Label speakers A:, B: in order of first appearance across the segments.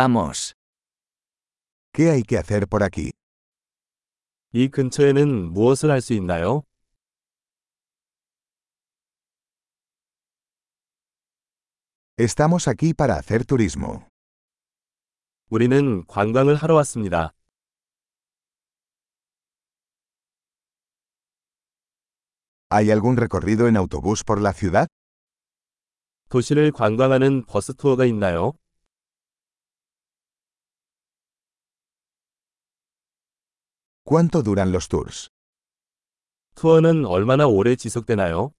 A: Vamos.
B: ¿Qué hay que hacer por aquí?
C: 이 근처에는 무엇을 할 수 있나요?
B: Estamos aquí para hacer turismo.
C: 우리는 관광을 하러 왔습니다.
B: ¿Hay algún recorrido en autobús por la ciudad?
C: 도시를 관광하는 버스 투어가 있나요?
B: ¿Cuánto duran los tours?
C: 투어는 얼마나 오래 지속되나요?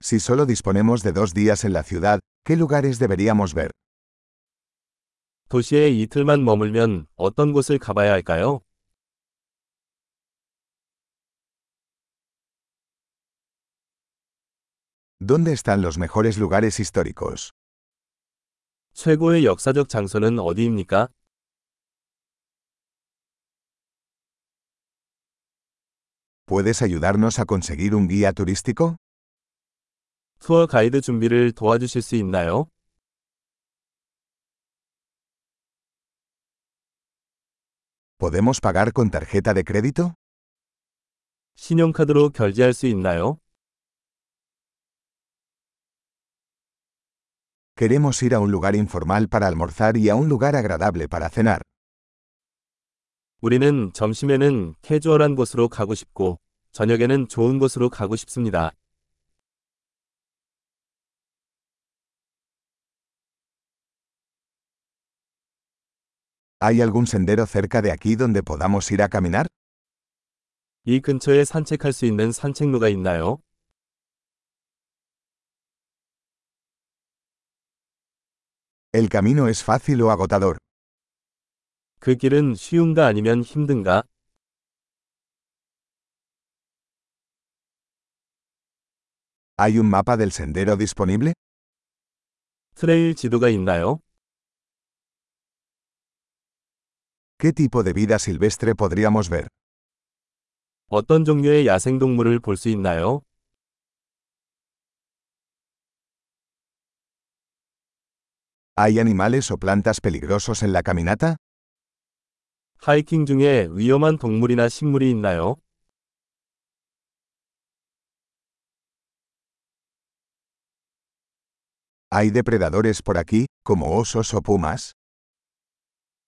B: Si solo disponemos de dos días en la ciudad, ¿qué lugares deberíamos ver?
C: 도시에 이틀만 머물면 어떤 곳을 가봐야 할까요?
B: ¿Dónde están los mejores lugares históricos?
C: 최고의 역사적 장소는 어디입니까?
B: ¿Puedes ayudarnos a conseguir un guía turístico?
C: 투어 가이드 준비를 도와주실 수 있나요?
B: ¿Podemos pagar con tarjeta de crédito?
C: 신용카드로 결제할 수 있나요?
B: Queremos ir a un lugar informal para almorzar y a un lugar agradable para cenar.
C: 우리는 점심에는 캐주얼한 곳으로 가고 싶고, 저녁에는 좋은 곳으로 가고 싶습니다.
B: ¿Hay algún sendero cerca de aquí donde podamos ir a caminar?
C: 이 근처에 산책할 수 있는 산책로가 있나요?
B: ¿El camino es fácil o agotador?
C: 그 길은 쉬운가 아니면 힘든가?
B: ¿Hay un mapa del sendero disponible?
C: 트레일 지도가 있나요?
B: ¿Qué tipo de vida silvestre podríamos ver?
C: 어떤 종류의 야생동물을 볼 수 있나요?
B: ¿Hay animales o plantas peligrosos en la caminata?
C: 하이킹 중에 위험한 동물이나 식물이 있나요?
B: ¿Hay depredadores por aquí, como osos o pumas?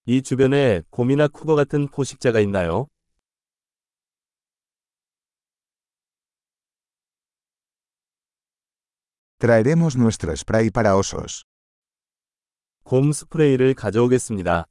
C: 이 주변에 곰이나 쿠거 같은 포식자가 있나요?
B: Traeremos nuestro spray para osos.
C: 곰 스프레이를 가져오겠습니다.